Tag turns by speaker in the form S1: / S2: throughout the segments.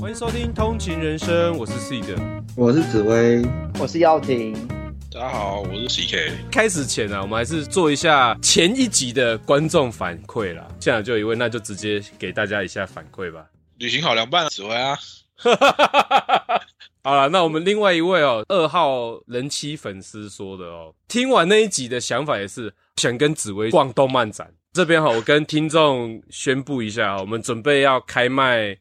S1: 欢迎收听《通勤人生》，我是 C 的。
S2: 我是紫薇，
S3: 我是耀廷，
S4: 大家好，我是 CK。
S1: 开始前啊，我们还是做一下前一集的观众反馈啦。现在就有一位，那就直接给大家一下反馈吧。
S4: 旅行好凉拌，指挥啊，
S1: 好了，那我们另外一位哦，二号人妻粉丝说的哦，听完那一集的想法也是想跟紫薇逛动漫展。这边哈、我跟听众宣布一下、哦，我们准备要开卖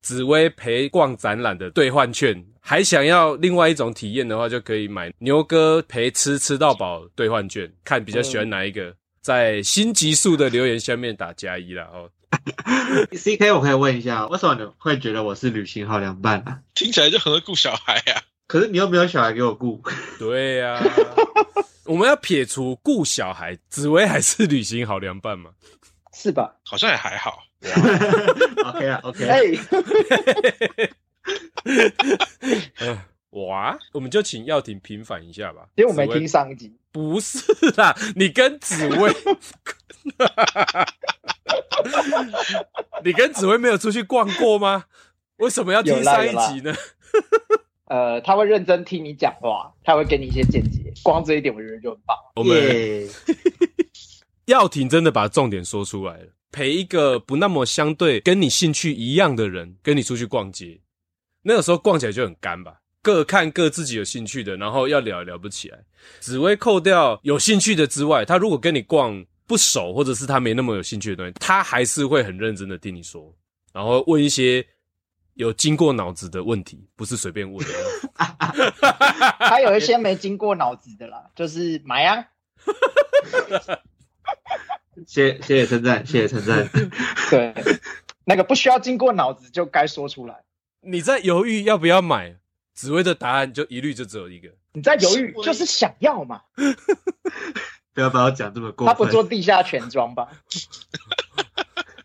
S1: 紫薇陪逛展览的兑换券，还想要另外一种体验的话，就可以买牛哥陪吃吃到饱兑换券，看比较喜欢哪一个，在新集数的留言下面打加一啦哦。
S2: C K，我可以问一下，为什么你会觉得我是旅行好凉拌啊？
S4: 听起来就很会顾小孩啊。
S2: 可是你又没有小孩给我顾，
S1: 对呀、 我们要撇除顾小孩，紫薇还是旅行好凉 拌嘛？
S3: 是吧？
S4: 好像也还好。
S2: OK 啊 OK，、
S3: 哎、
S1: 嗯，哇，我们就请耀廷平反一下吧。
S3: 因为我没
S1: 紫薇
S3: 听上一集，
S1: 不是 啦，你跟紫薇， 你跟紫薇没有出去逛过吗？为什么要听
S3: 有啦
S1: 上一
S3: 有啦
S1: 集呢？
S3: 呃，他会认真听你讲话，他会给你一些见解，光这一点我觉得就很棒。
S1: 我们
S2: 耶
S1: 耀廷真的把重点说出来了，陪一个不那么相对跟你兴趣一样的人跟你出去逛街，那个时候逛起来就很干吧，各看各自己有兴趣的，然后要聊也聊不起来。紫薇扣掉有兴趣的之外，他如果跟你逛不熟，或者是他没那么有兴趣的东西，他还是会很认真的听你说，然后问一些有经过脑子的问题，不是随便问的。
S3: 他有一些没经过脑子的啦， 就是买啊，
S2: 谢谢谢称赞，谢谢称赞。
S3: 对，那个不需要经过脑子就该说出来。
S1: 你在犹豫要不要买，紫薇的答案就一律就只有一个。
S3: 你在犹豫
S4: 是，我
S3: 就
S4: 的
S3: 是想要嘛。
S2: 不要把我讲这么过
S3: 他
S2: 分，
S3: 不做地下钱庄吧？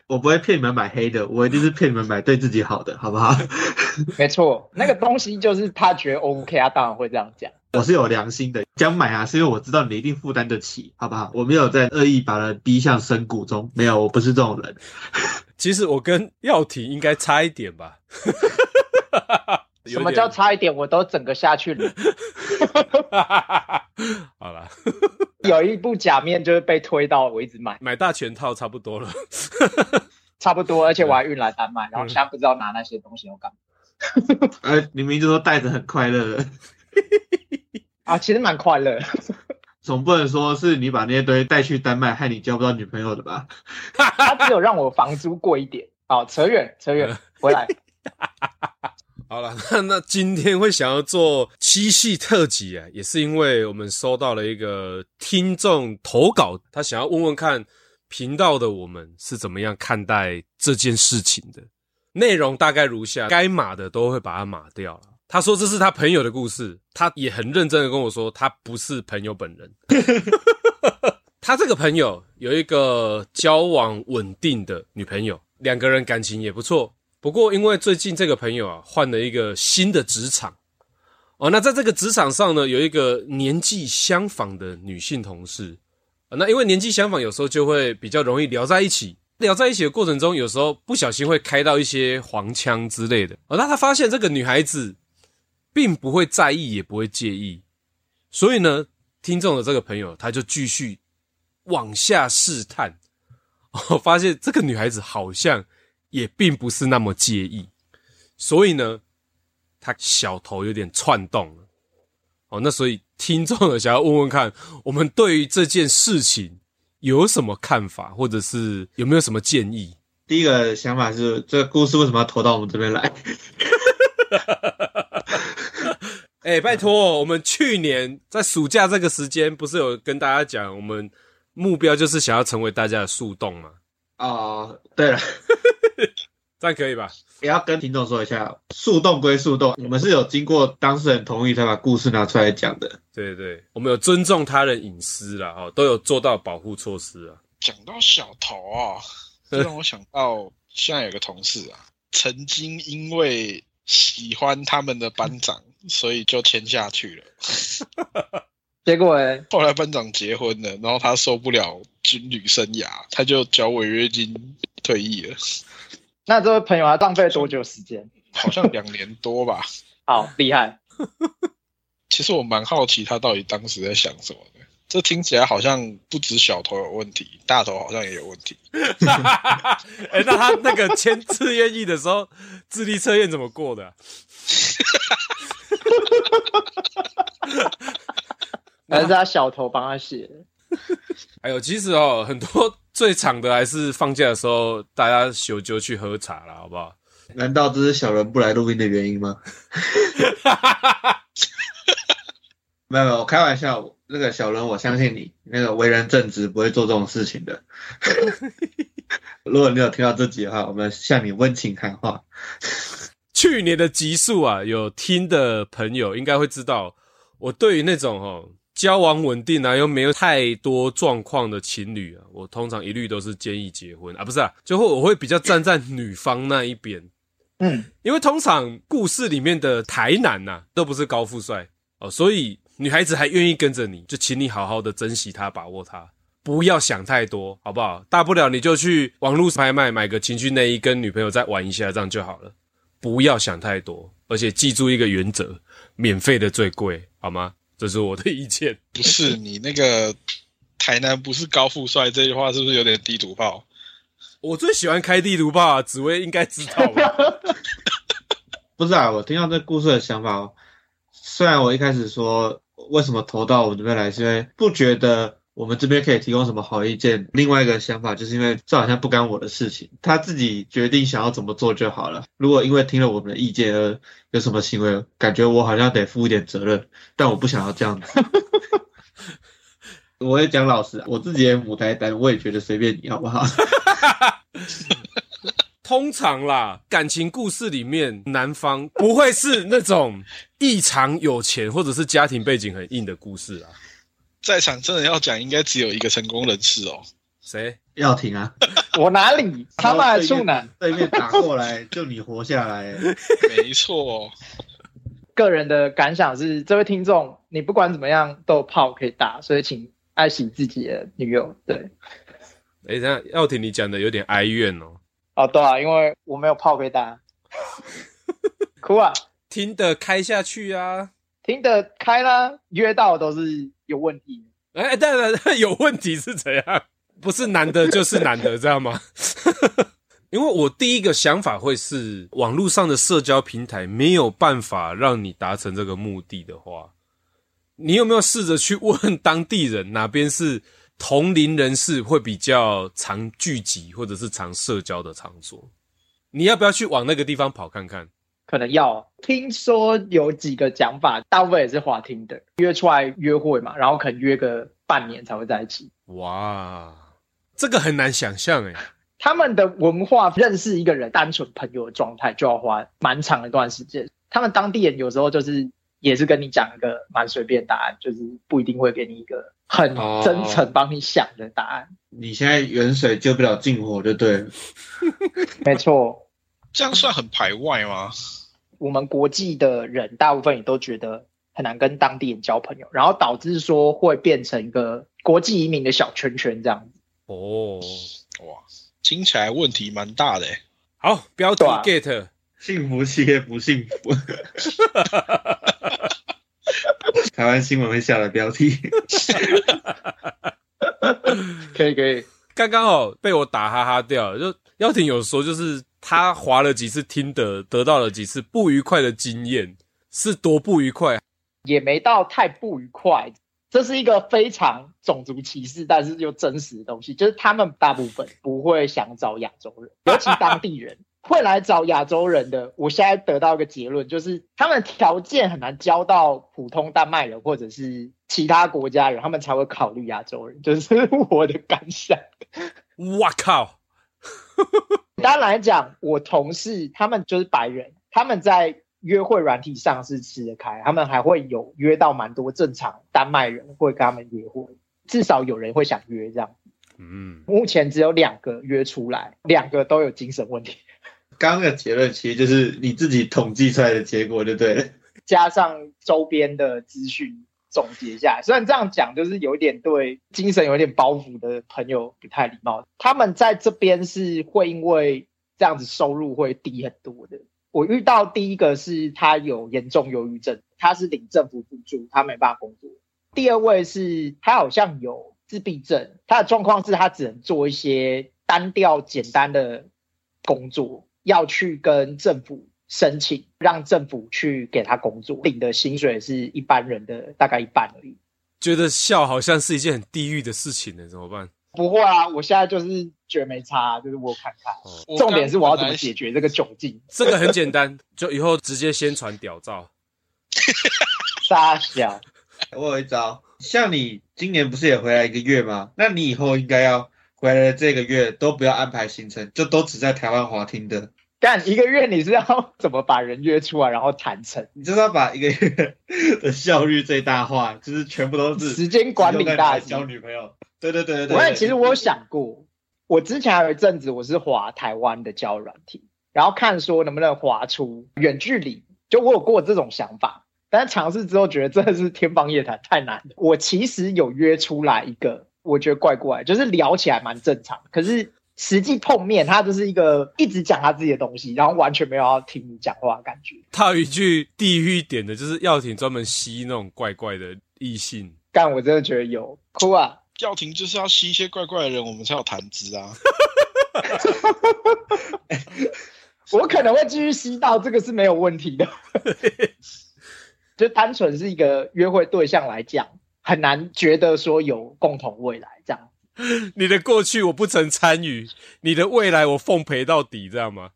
S2: 我不会骗你们买黑的，我一定是骗你们买对自己好的，好不好？
S3: 没错，那个东西就是他觉得 OK，他当然会这样讲。
S2: 我是有良心的，讲买啊，是因为我知道你一定负担得起，好不好？我没有在恶意把人逼向深谷中，没有，我不是这种人。
S1: 其实我跟耀廷应该差一点吧。有
S3: 什么
S1: 点
S3: 叫差一点？我都整个下去了。
S1: 好啦，
S3: 有一部假面就是被推到我一直买，
S1: 买大全套差不多了。
S3: 差不多，而且我还运来丹麦，然后现在不知道拿那些东西要干嘛
S2: 呃，你明明就说带着很快乐的，
S3: 啊，其实蛮快乐。
S2: 总不能说是你把那些东西带去丹麦，害你交不到女朋友的吧？
S3: 他只有让我房租贵一点。好，扯远扯远，回来。
S1: 好了， 那那今天会想要做七系特辑啊，也是因为我们收到了一个听众投稿，他想要问问看频道的我们是怎么样看待这件事情的。内容大概如下：该码的都会把它码掉了。他说这是他朋友的故事，他也很认真的跟我说，他不是朋友本人。 他这个朋友有一个交往稳定的女朋友，两个人感情也不错。不过因为最近这个朋友啊换了一个新的职场，哦，那在这个职场上呢，有一个年纪相仿的女性同事，啊那因为年纪相仿，有时候就会比较容易聊在一起。聊在一起的过程中，有时候不小心会开到一些黄腔之类的。哦，那他发现这个女孩子并不会在意，也不会介意，所以呢，听众的这个朋友他就继续往下试探，哦，发现这个女孩子好像也并不是那么介意，所以呢，他小头有点窜动了。哦，那所以听众呢，想要问问看，我们对于这件事情有什么看法，或者是有没有什么建议？
S2: 第一个想法是，这个故事为什么要投到我们这边来？
S1: 哎、拜托，我们去年在暑假这个时间，不是有跟大家讲，我们目标就是想要成为大家的树洞嘛？
S2: 哦，对了，
S1: 这样可以吧？
S2: 也要跟听众说一下，树洞归树洞，我们是有经过当事人同意才把故事拿出来讲的。
S1: 对对对，我们有尊重他人隐私啦，哦，都有做到保护措施啊。
S4: 讲到小头哦，这让我想到现在有个同事啊，曾经因为喜欢他们的班 长，所以就签下去了。
S3: 结果呢
S4: 后来班长结婚了，然后他受不了军旅生涯，他就缴违约金退役了。
S3: 那这位朋友他浪费了多久时间？
S4: 好像两年多吧。
S3: 好厉害，
S4: 其实我蛮好奇他到底当时在想什么的。这听起来好像不止小头有问题，大头好像也有问题。
S1: 哎、那他那个签自愿意的时候，智力测验怎么过的啊、
S3: 那是他小头帮他写的。
S1: 哎呦，其实哦， 很多最长的还是放假的时候，大家小酒去喝茶啦，好不好？
S2: 难道这是小人不来录音的原因吗？ 没有没有，我开玩笑。那个小人，我相信你，那个为人正直，不会做这种事情的。 如果你有听到这集的话，我们向你温情喊话。
S1: 去年的集数啊，有听的朋友应该会知道，我对于那种哦交往稳定啊又没有太多状况的情侣啊，我通常一律都是建议结婚啊，不是啊，就会我会比较站在女方那一边，
S3: 嗯，
S1: 因为通常故事里面的台男呐、都不是高富帅哦，所以女孩子还愿意跟着你，就请你好好的珍惜她，把握她，不要想太多，好不好？大不了你就去网络拍卖买个情趣内衣，跟女朋友再玩一下，这样就好了。不要想太多，而且记住一个原则：免费的最贵，好吗？这是我的意见。
S4: 不是你那个台南不是高富帅这句话是不是有点低俗炮？
S1: 我最喜欢开地图吧，紫薇应该知道吧？
S2: 不是啊，我听到这故事的想法哦，虽然我一开始说为什么投到我们这边来，是因为不觉得我们这边可以提供什么好意见。另外一个想法就是因为这好像不干我的事情，他自己决定想要怎么做就好了。如果因为听了我们的意见而有什么行为，感觉我好像得负一点责任，但我不想要这样子。 我也讲老实，啊我自己也母胎单，我也觉得随便你好不好？
S1: 通常啦，感情故事里面，男方不会是那种异常有钱或者是家庭背景很硬的故事啊。
S4: 在场真的要讲，应该只有一个成功人士 哦。
S1: 谁？
S2: 要停啊！
S3: 我哪里他妈的处男？
S2: 对面打过来，就你活下来。
S4: 没错，哦
S3: 个人的感想是，这位听众，你不管怎么样都有炮可以打，所以请爱惜自己的女友。对，
S1: 哎、等一下耀廷，你讲的有点哀怨哦。
S3: 哦对啊，因为我没有炮可以打。哭啊！
S1: 听的开下去啊！
S3: 听得开啦，约到都是有问题。
S1: 哎、但但 有问题是怎样？不是男的就是男的，知道吗？ 因为我第一个想法会是，网络上的社交平台没有办法让你达成这个目的的话，你有没有试着去问当地人哪边是同龄人士会比较常聚集或者是常社交的场所？你要不要去往那个地方跑看看？
S3: 可能要听说有几个讲法，大部分也是滑听的，约出来约会嘛，然后可能约个半年才会在一起。
S1: 哇，这个很难想象欸诶、
S3: 他们的文化认识一个人单纯朋友的状态，就要花蛮长一段时间。他们当地人有时候就是也是跟你讲一个蛮随便的答案，就是不一定会给你一个很
S2: 哦
S3: 真诚帮你想的答案。
S2: 你现在远水救不了近火，就对了。
S3: 没错，
S4: 这样算很排外吗？
S3: 我们国际的人大部分也都觉得很难跟当地人交朋友，然后导致说会变成一个国际移民的小圈圈这样子。
S1: 哦，
S4: 哇，听起来问题蛮大的欸。
S1: 好，标题
S3: 对啊
S1: get。
S2: 幸福企业不幸福，台湾新闻会下的标题。
S3: 可以可以，
S1: 刚刚哦被我打哈哈掉，就耀廷有说，就是他滑了几次听的，得到了几次不愉快的经验，是多不愉快。
S3: 也没到太不愉快。这是一个非常种族歧视，但是又真实的东西，就是他们大部分不会想找亚洲 人，尤其当地人会来找亚洲人的。我现在得到一个结论，就是他们条件很难交到普通丹麦人或者是其他国家人，他们才会考虑亚洲人，这、是我的感想。
S1: 哇靠！
S3: 当然来讲，我同事他们就是白人，他们在约会软体上是吃得开，他们还会有约到蛮多正常丹麦人会跟他们约会，至少有人会想约这样。
S1: 嗯，
S3: 目前只有两个约出来，两个都有精神问题，
S2: 刚刚的结论其实就是你自己统计出来的结果，就对了。
S3: 加上周边的资讯总结下来，虽然这样讲就是有一点对精神有点包袱的朋友不太礼貌，他们在这边是会因为这样子收入会低很多的。我遇到第一个是他有严重忧郁症，他是领政府补助，他没办法工作。第二位是他好像有自闭症，他的状况是他只能做一些单调简单的工作，要去跟政府申请，让政府去给他工作，领的薪水是一般人的大概一半而已。
S1: 觉得笑好像是一件很地狱的事情呢，怎么办？
S3: 不会啊，我现在就是觉得没差，就是我有看看。
S4: 我
S3: 重点是我要怎
S4: 刚
S3: 么
S4: 本来
S3: 解决这个窘境？
S1: 这个很简单，就以后直接先传屌照。
S3: 傻小，
S2: 我有一招，像你今年不是也回来一个月吗？那你以后应该要回来的这个月都不要安排行程，就都只在台湾滑听的。
S3: 干一个月你是要怎么把人约出来，然后谈成？
S2: 你就是要把一个月的效率最大化，就是全部都是
S3: 时间管理大
S2: 用在
S3: 师
S2: 交女朋友。对对对对对。
S3: 我也其实我有想过，我之前还有一阵子我是滑台湾的交友软体，然后看说能不能滑出远距离，就我有过这种想法，但是尝试之后觉得真的是天方夜谭，太难了。我其实有约出来一个，我觉得怪怪，就是聊起来蛮正常，可是。实际碰面，他就是一个一直讲他自己的东西，然后完全没有要听你讲话的感觉。
S1: 他有一句地狱一点的，就是药挺专门吸那种怪怪的异性。
S3: 但我真的觉得有哭啊！
S4: 耀廷就是要吸一些怪怪的人，我们才有谈资啊。
S3: 我可能会继续吸到，这个是没有问题的。 就单纯是一个约会对象来讲，很难觉得说有共同未来这样。
S1: 你的过去我不曾参与，你的未来我奉陪到底，这样吗？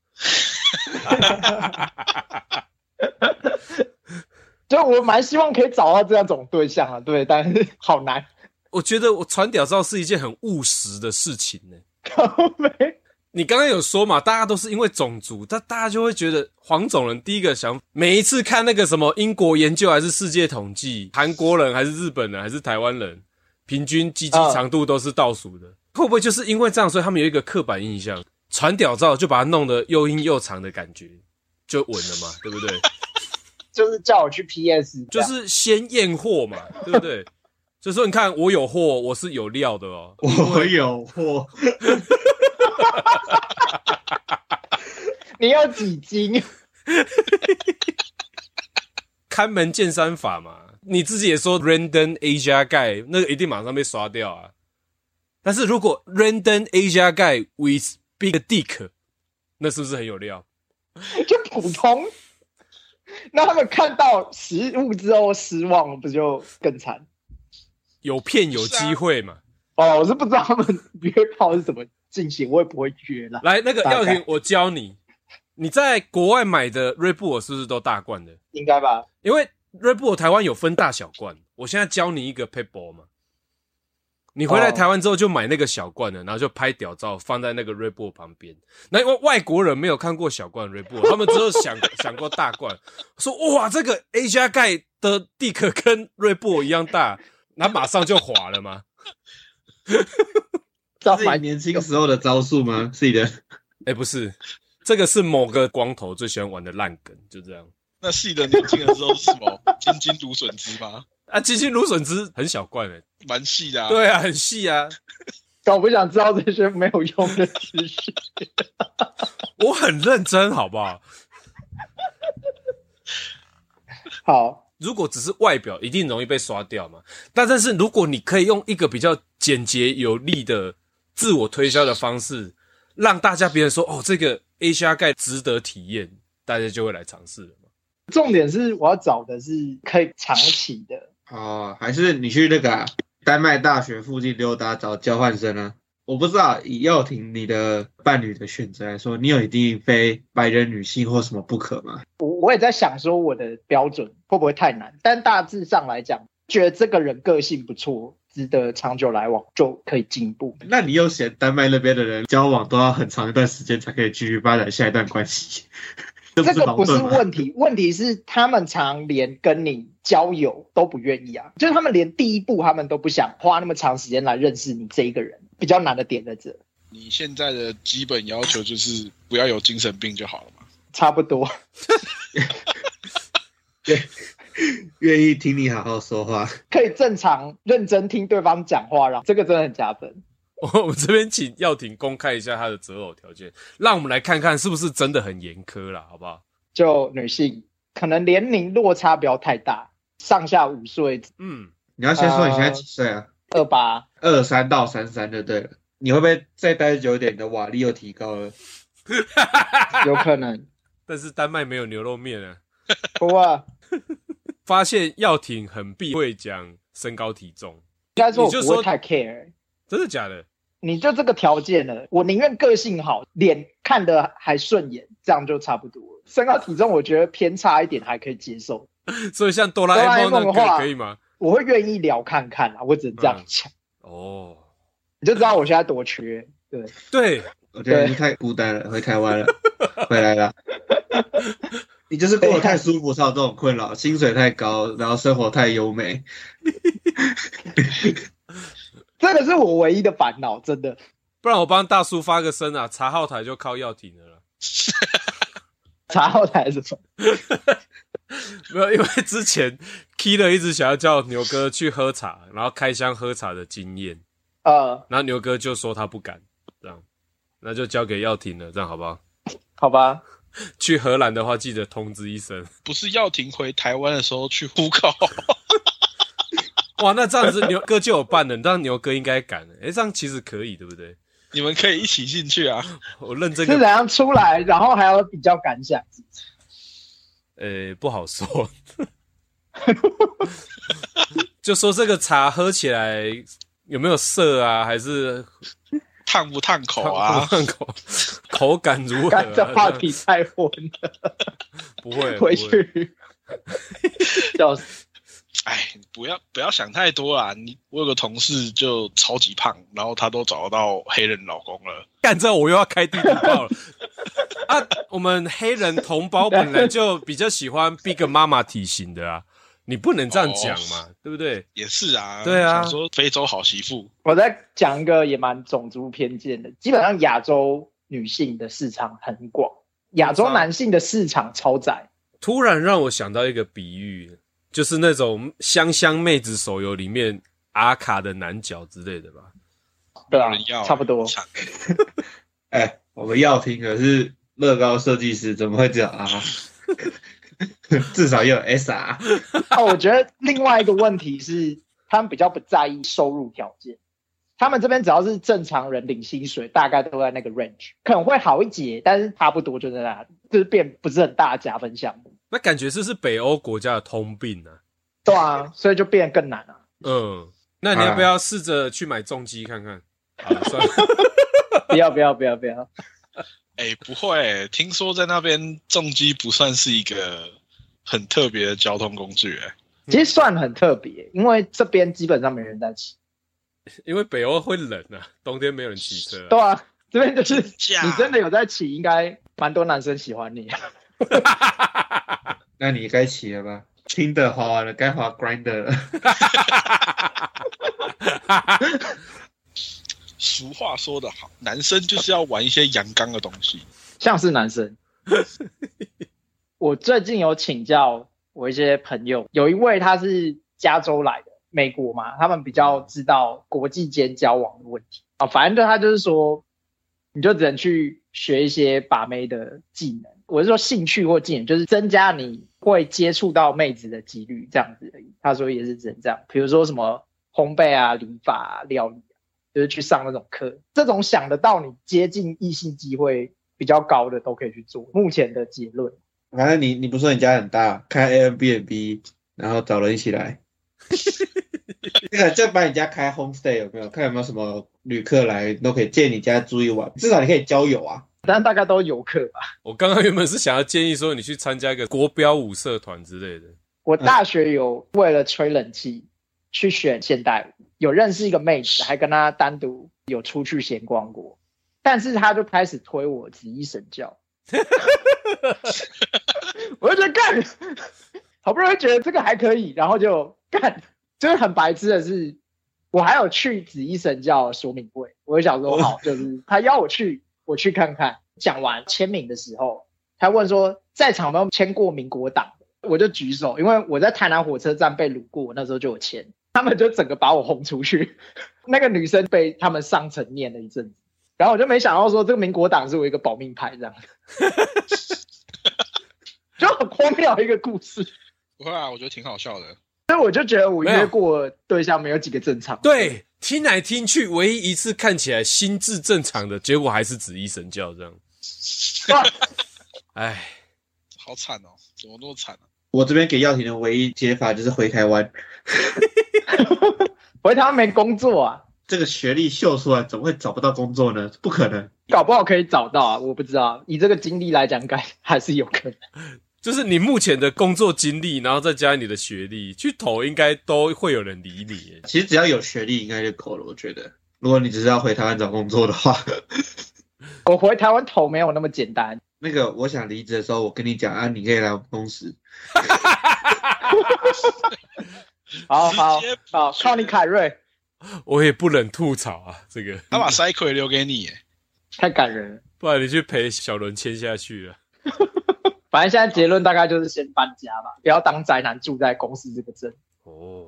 S3: 就我蛮希望可以找到这样种对象啊，对，但是好难。
S1: 我觉得我传屌照是一件很务实的事情呢、
S3: 靠北
S1: 你刚刚有说嘛，大家都是因为种族，但大家就会觉得黄种人第一个想，每一次看那个什么英国研究还是世界统计，韩国人还是日本人还是台湾人，平均鸡鸡长度都是倒数的，会不会就是因为这样，所以他们有一个刻板印象，传屌照就把它弄得又硬又长的感觉，就稳了嘛，对不对？
S3: 就是叫我去 PS，
S1: 就
S3: 这样
S1: 是先验货嘛，对不对？ 就说你看我有货，我是有料的哦。
S2: 我有 货，
S3: 你有几斤？
S1: 看门见山法嘛。你自己也说 random A 加盖那个一定马上被刷掉啊。但是如果 random A 加盖 with big dick，那是不是很有料？
S3: 就普通。那他们看到食物之后失望，不就更惨？
S1: 有骗有机会嘛？
S3: 哦，我是不知道他们约炮是怎么进行，我也不会约啦。
S1: 来，那个
S3: 大概
S1: 耀廷，我教你。你在国外买的瑞布尔是不是都大罐的？
S3: 应该吧？
S1: 因为瑞布尔台湾有分大小罐，我现在教你一个 p a p e r 嘛。你回来
S3: 哦
S1: 台湾之后就买那个小罐的，然后就拍屌照放在那个瑞布尔旁边。那因为外国人没有看过小罐瑞布尔，他们只有想 想过大罐，说哇这个 A 加盖的地壳跟瑞布尔一样大，那马上就滑了嘛。
S3: 知道
S2: 是你
S3: 蛮
S2: 年轻时候的招数吗？是你的
S1: 哎、不是，这个是某个光头最喜欢玩的烂梗，就这样。
S4: 那细的年轻的时候是 什么？金金芦笋汁吗？
S1: 啊，金星芦笋汁很小罐的、欸
S4: 蛮细的、啊。，
S1: 对啊，很细啊。
S3: 但我不想知道这些没有用的知识。
S1: 我很认真，好不好？
S3: 好，
S1: 如果只是外表，一定容易被刷掉嘛。但但是如果你可以用一个比较简洁有力的自我推销的方式，让大家别人说哦，这个 A 加盖值得体验，大家就会来尝试了嘛。
S3: 重点是我要找的是可以长期的。
S2: 哦，还是你去那个啊、丹麦大学附近溜达找交换生啊？我不知道，以耀廷你的伴侣的选择来说，你有一定非白人女性或什么不可吗？
S3: 我我也在想说我的标准会不会太难，但大致上来讲，觉得这个人个性不错，值得长久来往，就可以进步。
S2: 那你又嫌丹麦那边的人交往都要很长一段时间才可以继续发展下一段关系， 这
S3: 这
S2: 是
S3: 个
S2: 矛
S3: 不是
S2: 盾吗？
S3: 问题，问题是他们常连跟你交友都不愿意啊，就是他们连第一步他们都不想花那么长时间来认识你这一个人，比较难的点在这，
S4: 你现在的基本要求就是不要有精神病就好了嘛。
S3: 差不多。
S2: 愿意听你好好说话，
S3: 可以正常认真听对方讲话，然后这个真的很加分。
S1: 我们这边请耀廷公开一下他的择偶条件，让我们来看看是不是真的很严苛啦，好不好？
S3: 就女性，可能年龄落差不要太大，上下五岁，
S1: 嗯，
S2: 你要先说你现在几岁啊？
S3: 二八
S2: 二三到三三就对了。你会不会再待久一点，你的瓦力又提高了？
S3: 有可能。
S1: 但是丹麦没有牛肉面啊。
S3: 不过
S1: 发现药挺很避讳讲身高体重，
S3: 应该说我
S1: 你就
S3: 不
S1: 说
S3: 会太 care，
S1: 真的假的？
S3: 你就这个条件了，我宁愿个性好，脸看得还顺眼，这样就差不多了。身高体重我觉得偏差一点还可以接受，
S1: 所以像哆啦 A 梦
S3: 哆
S1: 那
S3: 啦 A 梦的话
S1: 个可以吗？
S3: 我会愿意聊看看啊，我只能这样
S1: 嗯
S3: 讲，
S1: 哦，
S3: 你就知道我现在多缺。对，
S1: 对，
S2: 我觉得
S3: 对
S2: 你太孤单了，回台湾了，回来了。 你就是过得太舒服，才有这种困扰。薪水太高，然后生活太优美。
S3: 这个是我唯一的烦恼，真的。
S1: 不然我帮大叔发个声啊，查号台就靠药挺了啦。
S3: 查后台是什么？
S1: 没有，因为之前 Killer 一直想要叫牛哥去喝茶，然后开箱喝茶的经验，
S3: 呃，
S1: 然后牛哥就说他不敢，这样，那就交给药挺了，这样好不好？
S3: 好吧，
S1: 去荷兰的话，记得通知一声。
S4: 不是要停回台湾的时候去呼口，
S1: 哇，那这样子牛哥就有伴了，让牛哥应该敢了。诶、这样其实可以，对不对？
S4: 你们可以一起进去啊。
S1: 我认真
S3: 是
S1: 个
S3: 怎，样出来，然后还要比较感想，
S1: 呃、不好说。 就说这个茶喝起来有没有涩啊，还是
S4: 烫不烫口啊？
S1: 口 口感如何、啊
S3: 刚？这话题太混了，
S1: 不会
S3: 回。
S1: 不会
S3: 去。笑死！
S4: 哎，不要不要想太多啦。你我有个同事就超级胖，然后她都找到黑人老公了。
S1: 干这我又要开地图炮了啊！我们黑人同胞本来就比较喜欢 Big Mama 体型的啊，你不能这样讲嘛，
S4: 哦
S1: 对不对？
S4: 也是啊，
S1: 对啊
S4: 想说非洲好媳妇，
S3: 我再讲一个也蛮种族偏见的，基本上亚洲女性的市场很广，亚洲男性的市场超窄。
S1: 突然让我想到一个比喻，就是那种香香妹子手游里面阿卡的男角之类的吧。
S3: 对
S4: 有
S3: 啊
S4: 人要、，
S3: 差不多。
S4: 惨
S2: 哎，我们要听可是乐高设计师，怎么会这样啊？ 至少也有 SR。
S3: 哦，我觉得另外一个问题是，他们比较不在意收入条件，他们这边只要是正常人领薪水，大概都在那个 range，可能会好一截，但是差不多就在那里，就是变不是很大的加分项目。
S1: 那感觉这是北欧国家的通病啊。
S3: 对啊，所以就变得更难啊了、
S1: 嗯，那你要不要试着去买重机看看？好了，算了。
S3: 不要不要不要不要，
S4: 哎、不会、听说在那边重机不算是一个很特别的交通工具、哎，
S3: 其实算很特别，因为这边基本上没人在骑。
S1: 因为北欧会冷啊，冬天没有人骑车、
S3: 对啊，这边就是
S4: 假
S3: 你真的有在骑，应该蛮多男生喜欢你。
S1: 啊。
S2: 那你该骑了吧？听的滑完了，该滑 Grinder 了。
S4: 俗话说得好，男生就是要玩一些阳刚的东西。
S3: 像是男生。我最近有请教我一些朋友，有一位他是加州来的，美国嘛，他们比较知道国际间交往的问题啊。反正对他就是说，你就只能去学一些把妹的技能，我是说兴趣或技能，就是增加你会接触到妹子的几率这样子而已。他说也是只能这样，比如说什么烘焙啊、理发、啊、料理啊就是去上那种课，这种想得到你接近异性机会比较高的都可以去做。目前的结论，
S2: 反正你你不说你家很大，开 Airbnb，然后找人一起来，那个就把你家开 homestay 有没有？看有没有什么旅客来都可以借你家住一晚，至少你可以交友啊。
S3: 但大概都有课吧。
S1: 我刚刚原本是想要建议说你去参加一个国标舞社团之类的，
S3: 我大学有为了吹冷气去选现代舞，有认识一个妹子，还跟她单独有出去闲逛过，但是她就开始推我紫衣神教，我就觉得干，好不容易觉得这个还可以，然后就干，就是很白痴的是，我还有去紫衣神教说明会，我就想说好，就是他邀我去，我去看看。讲完签名的时候，他问说在场有没有签过民国党的，我就举手，因为我在台南火车站被掳过，那时候就有签，他们就整个把我轰出去。 那个女生被他们上层念了一阵子， 然后我就没想到说这个民国党是我一个保命牌这样。很荒谬的一个故事。
S4: 不会啊，我觉得挺好笑的。
S3: 所以我就觉得我
S1: 没
S3: 约
S1: 有
S3: 过对象没有几个正常。，
S1: 对，听来听去，唯一一次看起来心智正常的，结果还是子衣神教这样。哎，
S4: 好惨哦，怎么那么惨啊？
S2: 我这边给耀廷的唯一解法就是回台湾，
S3: 回台湾没工作啊，
S2: 这个学历秀出来，怎么会找不到工作呢？不可能。
S3: 搞不好可以找到啊，我不知道。以这个经历来讲，应该还是有可能。
S1: 就是你目前的工作经历，然后再加你的学历，去投应该都会有人理你耶。
S2: 其实只要有学历应该就够了，我觉得。如果你只是要回台湾找工作的话，
S3: 我回台湾投没有那么简单，
S2: 那个我想离职的时候，我跟你讲啊，你可以来我们公司。
S3: 好好
S4: 直接不
S3: 好，
S4: 去
S3: 靠你凯瑞，
S1: 我也不忍吐槽啊，这个，
S4: 他把 Cycle 也留给你耶，
S3: 太感人了。
S1: 不然你去陪小伦签下去啊了。
S3: 反正现在结论大概就是先搬家吧，不要当宅男住在公司这个镇。
S1: 哦，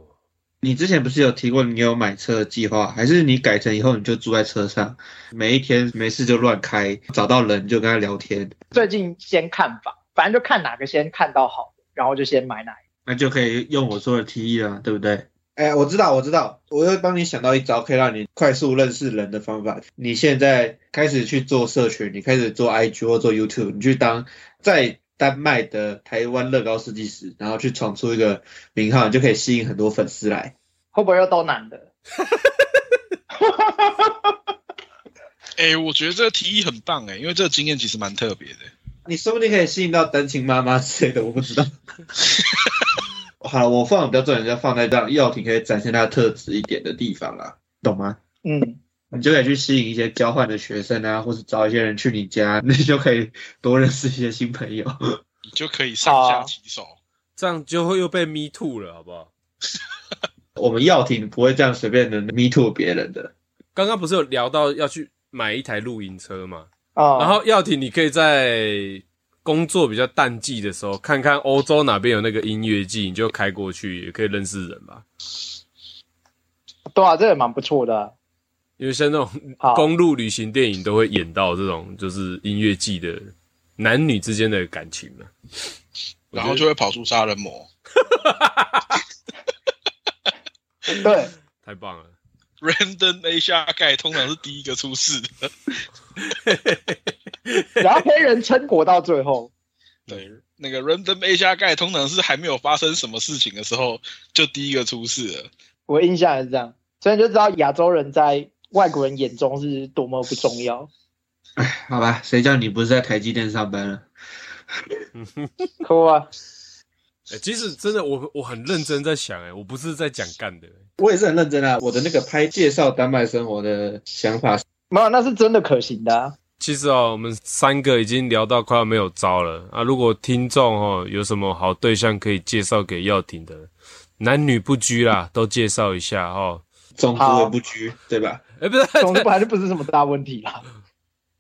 S2: 你之前不是有提过你有买车的计划，还是你改成以后你就住在车上，每一天没事就乱开，找到人就跟他聊天，
S3: 最近先看房，反正就看哪个先看到好的，然后就先买哪一
S2: 那就可以用我说的提议了，对不对？哎，我知道，我知道，我又帮你想到一招可以让你快速认识人的方法。你现在开始去做社群，你开始做 IG 或做 YouTube，你去当在丹麦的台湾乐高设计师，然后去闯出一个名号，你就可以吸引很多粉丝来。
S3: 会不会又都男的？
S4: 哎、我觉得这个提议很棒哎，因为这个经验其实蛮特别的。
S2: 你说不定可以吸引到单亲妈妈之类的，我不 知道。好了，我放的比较重点，就放在让耀廷可以展现他的特质一点的地方啦，懂吗？
S3: 嗯，
S2: 你就可以去吸引一些交换的学生啊，或是找一些人去你家，你就可以多认识一些新朋友。
S4: 你就可以上
S3: 好
S4: 下
S3: 啊
S4: 其手。
S1: 这样就会又被 me too 了，好不好？
S2: 我们耀廷不会这样随便的 me too 别人的，
S1: 刚刚不是有聊到要去买一台露营车吗？
S3: 哦，
S1: 然后耀廷，你可以在工作比较淡季的时候，看看欧洲哪边有那个音乐季，你就开过去，也可以认识人吧。
S3: 对啊，这也蛮不错的啊。
S1: 因为像那种
S3: 好
S1: 公路旅行电影都会演到这种，就是音乐季的男女之间的感情啊嘛。
S4: 然后就会跑出杀人魔
S3: 对，
S1: 太棒了！
S4: ，Random A 下盖通常是第一个出事 的。
S3: 然后黑人撑活到最后，
S4: 对，那个 Random A 下盖通常是还没有发生什么事情的时候就第一个出事了。
S3: 我印象也是这样，所以你就知道亚洲人在外国人眼中是多么不重 要。
S2: 好吧？谁叫你不是在台积电上班啊了？
S3: 可我啊，
S1: 哎、其实真的我我很认真在想、哎，我不是在讲干的、
S2: 我也是很认真啊，我的那个拍介绍丹麦生活的想法，
S3: 没有，那是真的可行的、啊。
S1: 其实哦，我们三个已经聊到快要没有招了啊！如果听众哦有什么好对象可以介绍给耀廷的，男女不拘啦，都介绍一下哦。
S2: 种族也不拘，对吧？
S1: 哎、不是，
S3: 总之本来就不是什么大问题啦。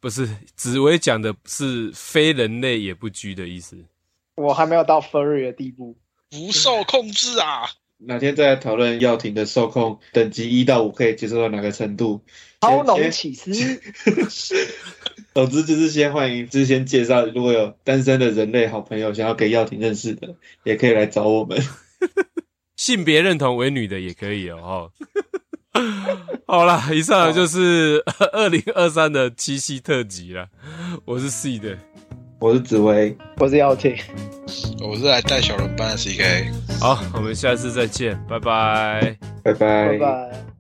S1: 不是，紫薇讲的是非人类也不拘的意思。
S3: 我还没有到 furry 的地步。
S4: 不受控制啊！
S2: 哪天再来讨论耀廷的受控等级一到五可以接受到哪个程度？
S3: 超
S2: 先
S3: 浓起司，
S2: 总之就是先欢迎，就是先介绍，如果有单身的人类好朋友想要给耀廷认识的，也可以来找我们。
S1: 性别认同为女的也可以哦。哦 好啦，以上就是 二零二三的七夕特辑了。我是 C 的，
S2: 我是紫薇，
S3: 我是要听，嗯
S4: 我是来带小人班的 CK。
S1: 好，我们下次再见，拜拜。
S2: 拜拜
S3: 拜拜。